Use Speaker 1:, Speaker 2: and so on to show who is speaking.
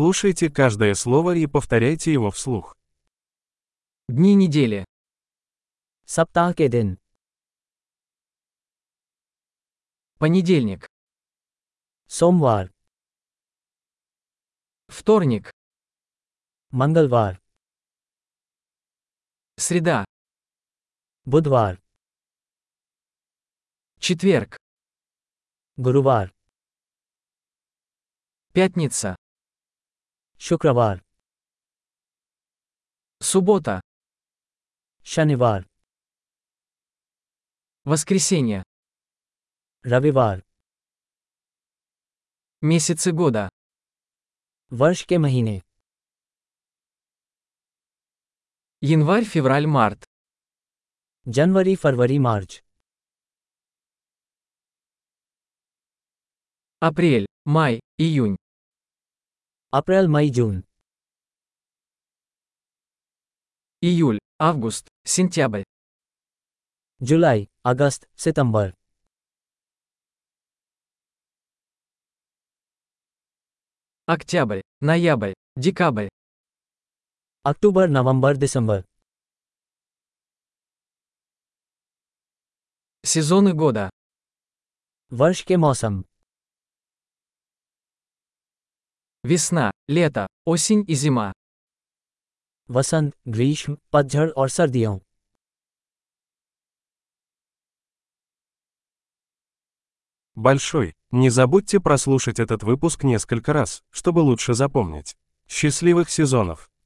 Speaker 1: Слушайте каждое слово и повторяйте его вслух.
Speaker 2: Дни недели.
Speaker 3: सप्ताह के दिन
Speaker 2: Понедельник.
Speaker 3: सोमवार
Speaker 2: Вторник.
Speaker 3: मंगलवार
Speaker 2: Среда.
Speaker 3: बुधवार
Speaker 2: Четверг.
Speaker 3: गुरुवार
Speaker 2: Пятница.
Speaker 3: शुक्रवार
Speaker 2: Суббота.
Speaker 3: शनिवार
Speaker 2: Воскресенье.
Speaker 3: रविवार
Speaker 2: Месяцы года.
Speaker 3: वर्ष के महीने
Speaker 2: Январь, февраль, март.
Speaker 3: जनवरी फरवरी मार्च
Speaker 2: Апрель, май, июнь.
Speaker 3: अप्रैल मई जून
Speaker 2: Июль, август, сентябрь.
Speaker 3: जुलाई अगस्त सितंबर
Speaker 2: Октябрь, ноябрь, декабрь.
Speaker 3: अक्टूबर नवंबर दिसंबर
Speaker 2: Сезоны года.
Speaker 3: वर्ष के मौसम
Speaker 2: Весна, лето, осень и зима.
Speaker 3: वसंत ग्रीष्म पतझड़ और सर्दियों
Speaker 1: Большой. Не забудьте прослушать этот выпуск несколько раз, чтобы лучше запомнить. Счастливых сезонов!